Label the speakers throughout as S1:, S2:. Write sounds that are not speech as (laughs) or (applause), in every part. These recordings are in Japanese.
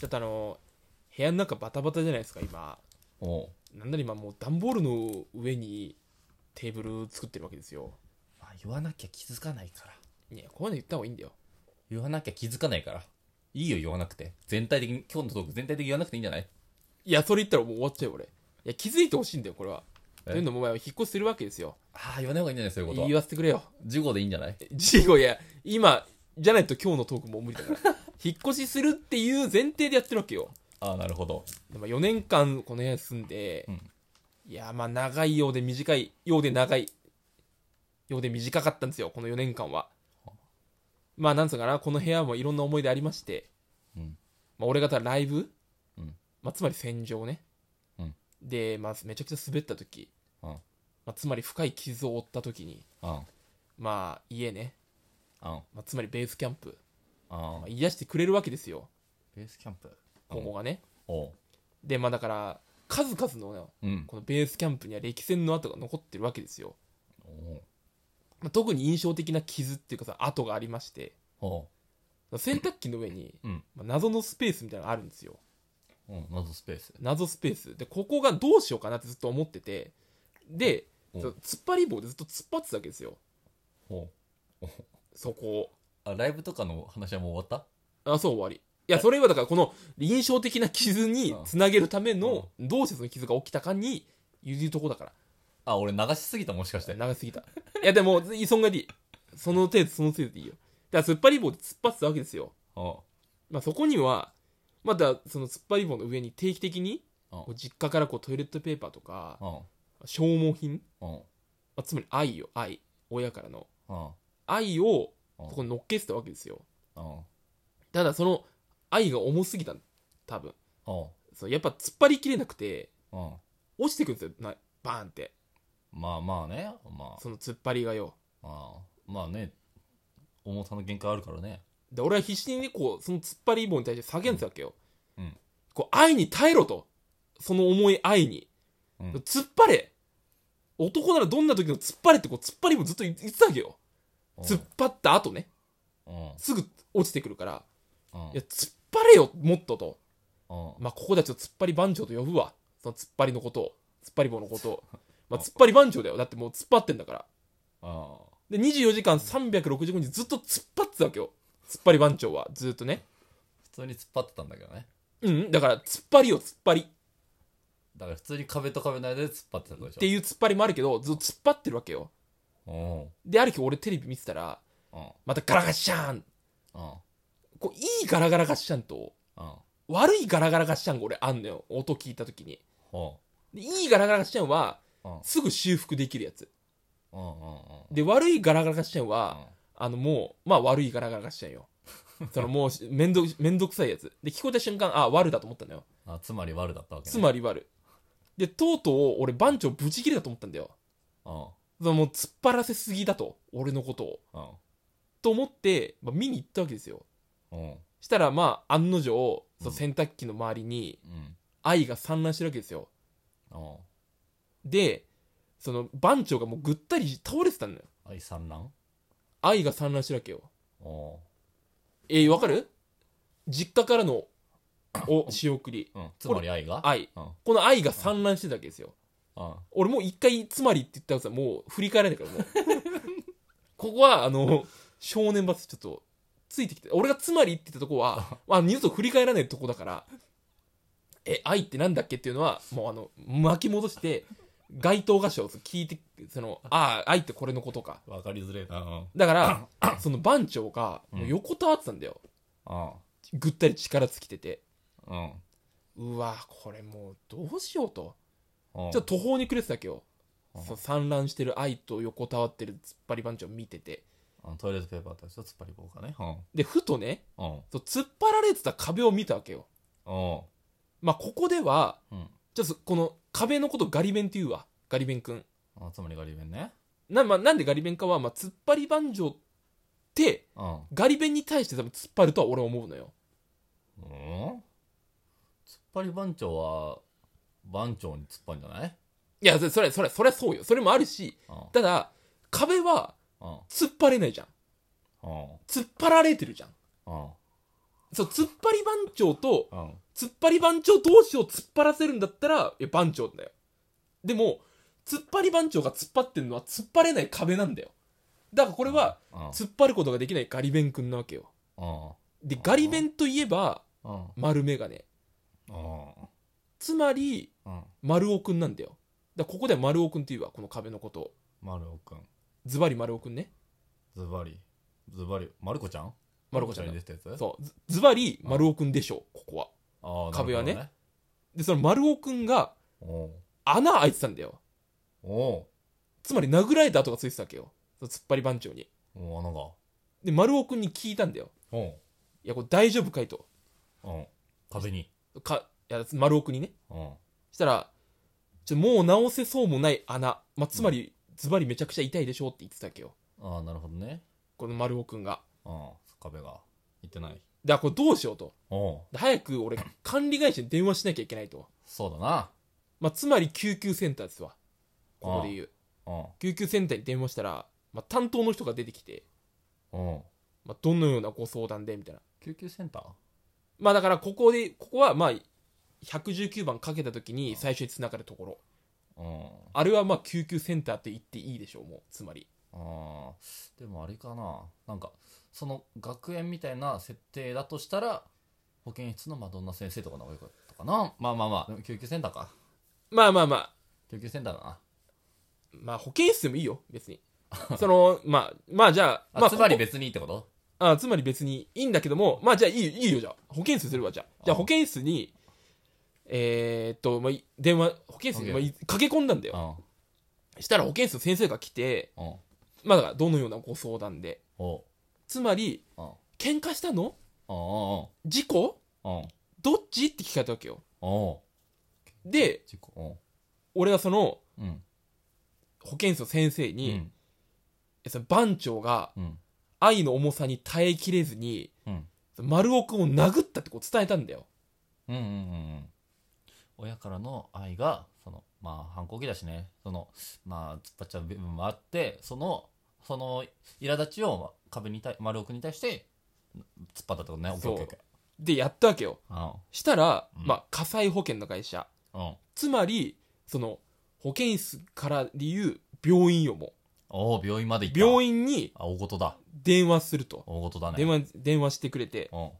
S1: ちょっとあの部屋の中バタバタじゃないですか今
S2: おう
S1: なんなら今もう段ボールの上にテーブル作ってるわけですよ
S2: まあ、言わなきゃ気づかないから
S1: いやここまで言った方がいいんだよ
S2: 言わなきゃ気づかないからいいよ言わなくて全体的に今日のトーク全体的に言わなくていいんじゃない
S1: いやそれ言ったらもう終わっちゃうよ俺いや気づいてほしいんだよこれは
S2: え
S1: というのもお前は引っ越しするわけですよ
S2: ああ言わない方がいいんじゃないそういうこと
S1: 言
S2: は
S1: わせてくれよ
S2: 事後でいいんじゃない
S1: ジーゴいや今じゃないと今日のトークもう無理だから引っ越しするっていう前提でやってるわけよ
S2: ああなるほど
S1: でも4年間この部屋に住んで、
S2: うん
S1: いやまあ長いようで短いようで長いようで短かったんですよこの4年間はまあなんつうかなこの部屋もいろんな思い出ありまして、
S2: うん
S1: まあ、俺方ライブ、
S2: うん
S1: まあ、つまり戦場ね、
S2: うん
S1: で、まあ、めちゃくちゃ滑った時、
S2: うん
S1: まあ、つまり深い傷を負った時に
S2: あん
S1: まあ家ね、
S2: あん
S1: まあ、つまりベースキャンプ、
S2: あ
S1: ま
S2: ん
S1: あ、癒してくれるわけですよ
S2: ベースキャンプ
S1: ここがね、
S2: おう
S1: でまあだから数々の
S2: うん
S1: このベースキャンプには歴戦の跡が残ってるわけですよ、
S2: おう
S1: まあ、特に印象的な傷っていうかさ跡がありまして
S2: おう
S1: 洗濯機の上に、
S2: うん
S1: まあ謎のスペースみたいなのがあるんですよ
S2: うん謎スペース
S1: 謎スペースでここがどうしようかなってずっと思っててで
S2: うん
S1: そう突っ張り棒でずっと突っ張ってたわけですよ
S2: おう
S1: そこを
S2: あライブとかの話はもう終わっ
S1: あそう終わりいやそれはだからこの印象的な傷につなげるためのどうしてその傷が起きたかに言うとこだから
S2: たあ俺流しすぎたもしかして
S1: 長すぎた。いや、でも、いそんがでいい。その程度、その程度でいいよ。だから、突っ張り棒で突っ張ってたわけですよ。
S2: おう
S1: まあ、そこには、また、その突っ張り棒の上に定期的に、
S2: うん
S1: こう実家からこうトイレットペーパーとか、
S2: おう
S1: 消耗品、
S2: おう
S1: まあ、つまり愛よ、愛。親からの。
S2: おう
S1: 愛を、
S2: うん
S1: そこに乗っけてたわけですよ。
S2: おう
S1: ただ、その、愛が重すぎた、多分。
S2: おう
S1: そうやっぱ、突っ張りきれなくて、
S2: おう
S1: 落ちてくるんですよ、なバーンって。
S2: まあまあねまあ
S1: その突っ張りがよ。
S2: まあまあね重さの限界あるからね
S1: で俺は必死にねこうその突っ張り棒に対して叫んでたわけよ、
S2: うんうん
S1: こう愛に耐えろとその重い愛に、
S2: うん
S1: 突っ張れ男ならどんな時でも突っ張れってこう突っ張り棒ずっと言ってたわけよ
S2: おう
S1: 突っ張った後ね
S2: うん
S1: すぐ落ちてくるから
S2: うん
S1: いや突っ張れよもっとと
S2: うん
S1: まあここではちょっと突っ張り番長と呼ぶわその突っ張りのことを突っ張り棒のことを、まあ、突っ張り番長だよだってもう突っ張ってんだから
S2: あ
S1: で24時間365日ずっと突っ張ってたわけよ突っ張り番長はずっとね
S2: 普通に突っ張ってたんだけどね
S1: うんだから突っ張りよ突っ張り
S2: だから普通に壁と壁の間で突っ張ってたでしょ
S1: っていう突っ張りもあるけどずっと突っ張ってるわけよ
S2: うんうん
S1: である日俺テレビ見てたら
S2: うん
S1: またガラガシャーン
S2: うん
S1: こういいガラガラガシャンと
S2: うん
S1: 悪いガラガラガシャンが俺あんのよ音聞いた時に
S2: ほ
S1: でいいガラガラガシャンは
S2: ううん
S1: すぐ修復できるやつ
S2: うんうんうん
S1: で悪いガラガラガシャン
S2: う
S1: は
S2: ん
S1: あのもうまあ悪いガラガラガシャンよそのもうめんどめんどくさいやつで聞こえた瞬間あ悪だと思ったのよ
S2: あつまり悪だったわけね
S1: つまり悪でとうとう俺番長ブチ切れだと思ったんだよ
S2: うん
S1: そのもう突っ張らせすぎだと俺のことを
S2: うん
S1: と思って、まあ、見に行ったわけですよ
S2: うん
S1: したらまあ案の定そううん洗濯機の周りに
S2: うん
S1: 愛が散乱してるわけですよ
S2: うん
S1: でその番長がもうぐったり倒れてたのよ
S2: 愛産卵
S1: 愛が散乱してるわけよ
S2: おう
S1: えー、わかる実家からのお仕送り
S2: うんつまり愛が
S1: 愛
S2: うん
S1: この愛が散乱してたわけですよ
S2: うん
S1: 俺もう一回「つまり」って言ったらさもう振り返らない (laughs) からもうここはあの少年バスちょっとついてきて俺が「つまり」って言ったとこ (laughs) は、まあ、二度と振り返らないとこだからえ愛ってなんだっけっていうのはもうあの巻き戻して街頭歌唱を聞いてそのああ愛ってこれのことか
S2: わかりづれえなうん
S1: だから (laughs) その番長がもう横たわってたんだよ、ぐったり力尽きてて
S2: うん
S1: うわこれもうどうしようと
S2: うん
S1: ちょっと途方に暮れてたけよ
S2: うん
S1: そう散乱してる愛と横たわってる突っ張り番長を見てて
S2: うんトイレットペーパーとして突っ張り棒がねう
S1: でふとね
S2: んうん
S1: そう突っ張られてた壁を見たわけよ
S2: お
S1: まあここでは
S2: ううん
S1: ちょっとこの壁のことガリ弁って言うわガリ弁くん
S2: あつまりガリ弁ね
S1: な,、まあ、なんでガリ弁かは、まあ、突っ張り番長って
S2: うん
S1: ガリ弁に対して多分突っ張るとは俺は思うのよ
S2: うん突っ張り番長は番長に突っ張るんじゃない
S1: いやそそれそれそれはそうよそれもあるし
S2: う
S1: ただ壁は
S2: んうん
S1: 突っ張れないじゃん
S2: うん
S1: 突っ張られてるじゃん
S2: うん
S1: そう、突っ張り番長と、
S2: うん。
S1: 突っ張り番長同士を突っ張らせるんだったら、いや、番長だよ。でも、突っ張り番長が突っ張ってんのは突っ張れない壁なんだよ。だからこれは、
S2: うん。
S1: 突っ張ることができないガリ勉くんなわけよ。
S2: うん。
S1: で、ガリ勉といえば、
S2: うん。
S1: 丸メガネ。
S2: うん。
S1: つまり、
S2: うん。
S1: 丸尾くんなんだよ。だからここでは丸尾くんっていうわ、この壁のことを。
S2: 丸尾くん。
S1: ズバリ丸尾くんね。
S2: ズバリ。ズバリ。丸子ちゃん
S1: 丸子ちゃん
S2: に
S1: だ
S2: 出てたやつ
S1: そう、ズズバリ丸尾くんでしょう、ここは。
S2: ああ、
S1: 壁はね
S2: なる
S1: で、その丸尾くんが
S2: ほどね。
S1: 穴開いてたんだよ。
S2: おお
S1: つまり殴られた跡がついてたわけよ。その突っ張り番長に。
S2: おおお穴が。
S1: で、丸尾くんに聞いたんだよ。
S2: お
S1: いや、これ大丈夫かいと。
S2: ううん。壁に。
S1: か、いや、丸尾くんにね。
S2: うん。
S1: したら、ちょ、もう直せそうもない穴。まあ、つまり、ズバリめちゃくちゃ痛いでしょうって言ってたわけよ。
S2: ああ、なるほどね。
S1: この丸尾くんが。
S2: うん。壁が。行ってない。
S1: だからこれどうしようと。
S2: おう
S1: で早く俺、管理会社に電話しなきゃいけないと。
S2: そうだな。
S1: まあ、つまり救急センターですわ。ここで言う。
S2: うん。
S1: 救急センターに電話したら、まあ、担当の人が出てきて、
S2: うん。
S1: まあ、どのようなご相談でみたいな。
S2: 救急センター
S1: まあだからここで、ここはまあ、119番かけた時に最初に繋がるところ。
S2: うん。
S1: あれはまあ救急センターって言っていいでしょう、もう。つまり。
S2: あーでもあれかななんかその学園みたいな設定だとしたら保健室のマドンナ先生とかの方がよかったかなまあまあまあでも救急センターか
S1: まあまあまあ、
S2: 救急センターだな
S1: まあ保健室でもいいよ、別に。その、まあ、まあじゃあ、
S2: あ、
S1: まあ、
S2: つまり
S1: ここ
S2: 別にってこと
S1: あつまり別にいいんだけども、まあじゃあいいよ、いいよ、じゃあ。保健室するわ、じゃあ。じゃあ
S2: あ
S1: 保健室に、えーっと、まあ、い電話、保健室に、まあい、駆け込んだんだよ。
S2: う
S1: したら保健室の先生が来て、
S2: んうん
S1: まあだからどのようなご相談で。
S2: おう
S1: つまり、
S2: うん
S1: 喧嘩したの
S2: お
S1: 事故
S2: うんうんうん
S1: どっちって聞かれたわけよ。
S2: おう
S1: で、
S2: 事故
S1: 俺はその
S2: うんうん
S1: 保健室の先生
S2: う
S1: に、い
S2: ん
S1: やその番長が
S2: うん
S1: 愛の重さに耐えきれずに、
S2: うん
S1: その丸尾くんを殴ったってこう伝えたんだよ。
S2: うんうんうん親からの愛がそのまあ反抗期だしねそのまあ突っ張っちゃう部分もあってそのその苛立ちを壁に対丸尾君に対して突っ張ったってことねオッケー
S1: そう
S2: オッケー
S1: で、やったわけよ。
S2: オッ
S1: したら、
S2: うん
S1: まあ、火災保険の会社。
S2: ケーうんうん
S1: つまり、その、保健室から理由、病院よも
S2: おお病院まで行
S1: う。
S2: った
S1: 病院に
S2: あ大事だ
S1: 電話すると。
S2: 大事だね
S1: 電話、電話してくれて。
S2: うん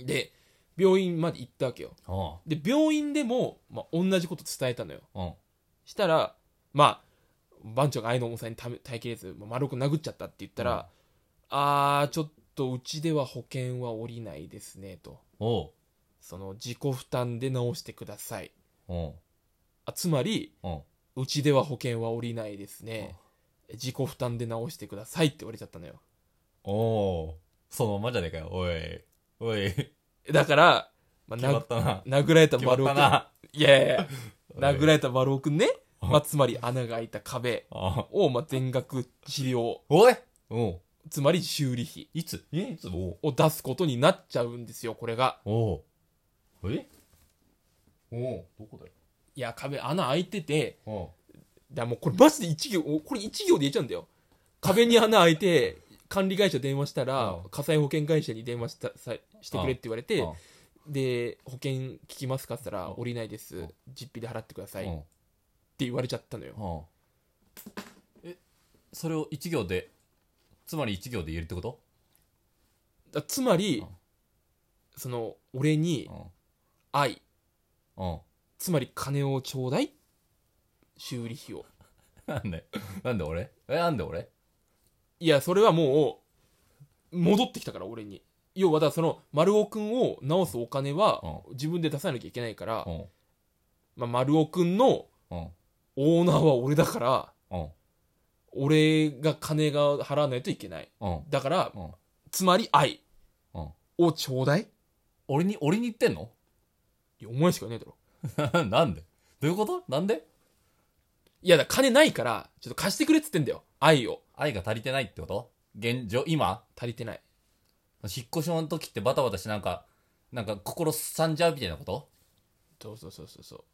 S2: うん
S1: で、病院まで行ったわけよ。
S2: う
S1: で、病院でも、まあ、同じこと伝えたのよ。
S2: ん
S1: したら、まあ、番長が愛の重さにため耐えきれず、まあ丸く殴っちゃったって言ったら、あー、ちょっとうちでは保険は下りないですね、と。
S2: おう
S1: その、自己負担で直してください。
S2: うん
S1: あつまり、
S2: うん
S1: うちでは保険は下りないですね。自己負担で直してくださいって言われちゃったのよ。
S2: おおそのままじゃねえかよおいおい決
S1: だから、まあ、
S2: ま
S1: な
S2: ったな
S1: 殴られた
S2: 決まっ
S1: 丸尾く
S2: た
S1: ん。
S2: ない
S1: やいや
S2: (laughs)
S1: いや殴ら
S2: れ
S1: れた丸尾
S2: (laughs)
S1: くんね。まあ、つまり穴が開いた壁を、まあ、全額治療、
S2: おいうん
S1: つまり修理費。
S2: いつえいつおう
S1: を出すことになっちゃうんですよ、これが。
S2: おうえおうどこだよ
S1: いや、壁、穴開いてて、
S2: お
S1: だからもうこれマジで一行、おこれ一行で言えちゃうんだよ。壁に穴開いて、管理会社電話したら
S2: う、
S1: 火災保険会社に電話したさしてくれって言われて
S2: うん、
S1: で、保険聞きますかって言ったら、
S2: うん
S1: 降りないです
S2: ん。
S1: 実費で払ってください。っ
S2: ん
S1: て言われちゃったのよ。
S2: うんえそれを一行でつまり一行で言えるってこと
S1: だつまり
S2: うん、
S1: その、俺に
S2: う
S1: 愛、
S2: んうん
S1: つまり金をちょうだい。修理費を。
S2: (laughs) なんでなんで俺えなんで俺
S1: いや、それはもう、戻ってきたから、俺に。要は、だからその、丸尾くんを直すお金は、自分で出さなきゃいけないから
S2: う、ん
S1: まあ、丸尾くんの
S2: うん
S1: オーナーは俺だから、
S2: うん
S1: 俺が金が払わないといけない。
S2: うん
S1: だから、
S2: うん
S1: つまり愛
S2: うん
S1: をちょうだい
S2: 俺に俺に言ってんの (laughs)
S1: いや、お前しかいないだろ。
S2: なんでどういうことなんで
S1: いや、だから金ないから、ちょっと貸してくれっつってんだよ。愛を。
S2: 愛が足りてないってこと現状今
S1: 足りてない。
S2: 引っ越しの時ってバタバタしてなんかなんか心すさんじゃうみたいなこと
S1: そうそうそうそうそう。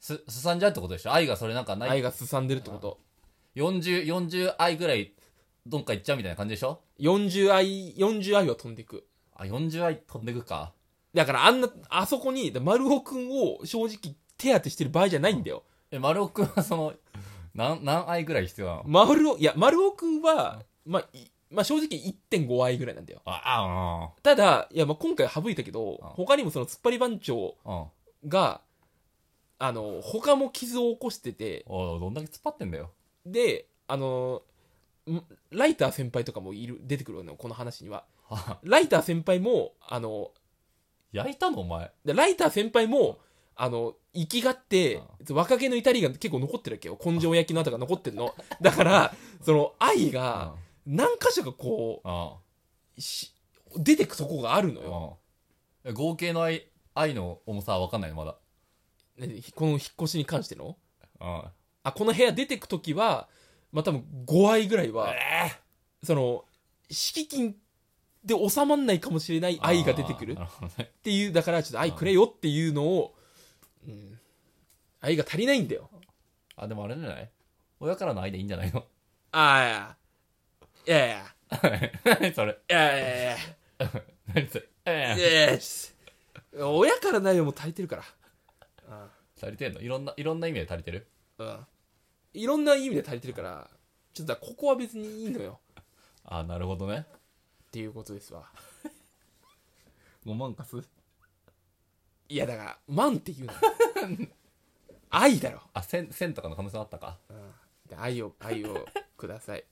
S2: すすさんじゃうってことでしょ愛がそれなんかない
S1: 愛がすさんでるってこと。
S2: 40、40愛ぐらい、どっか行っちゃうみたいな感じでしょ
S1: 40愛、40愛は飛んでいく。
S2: ああ、40愛飛んでくか。
S1: だからあんな、あそこに、だ丸尾くんを正直手当てしてる場合じゃないんだよ。
S2: え、丸尾くんはその、 (laughs) 何、何愛ぐらい必要なの
S1: 丸尾、いや、丸尾くんは、まあ、いまあ、正直1.5愛ぐらいなんだよ。
S2: あ、あ、
S1: ただ、いや、まあ、今回省いたけど、
S2: うん
S1: 他にもその突っ張り番長
S2: うん。うん。
S1: が、あの、他も傷を起こしてて、
S2: おいどんだけ突っ張ってんだよ。 (laughs)
S1: で、あの、んライター先輩とかもいる、出てくるのよ、この話には。
S2: は
S1: ライター先輩も、あの、
S2: 焼いたのお前。
S1: でライター先輩も、あの、生きがって、若気の至りが結構残ってるわけよ。根性焼きの跡が残ってるの。だから、その、愛が、何箇所かこ
S2: う
S1: う、し出てくとこがあるの
S2: ん。う
S1: よ。
S2: ん。え合計の愛、愛の重さは分かんないの、まだ。
S1: ねこの引っ越しに関しての
S2: うん。
S1: あ、この部屋出てくときは、まあ、多分5愛ぐらいは、
S2: え
S1: その、敷金で収まんないかもしれない
S2: ー
S1: 愛が出てくる
S2: あーなるほどね。
S1: っていう、だからちょっと愛くれよっていうのを、うん、愛が足りないんだよ。
S2: あ、でもあれじゃない親からの愛でいいんじゃないの (laughs)
S1: ああ、いやいや、
S2: 何それ。
S1: いやいやいや。
S2: 何それ。ええ
S1: ええ親からないのも足りてるから。
S2: 足りてんのいろんな、いろんな意味で足りてる
S1: うん。うん。いろんな意味で足りてるから、ちょっとだからここは別にいいのよ。
S2: あーなるほどね。
S1: っていうことですわ。
S2: 5万貸す
S1: いや、だから、万って言うのよ。愛だろ。
S2: あ、千、千とかの可能性あったか。
S1: うん。で愛を、愛をください。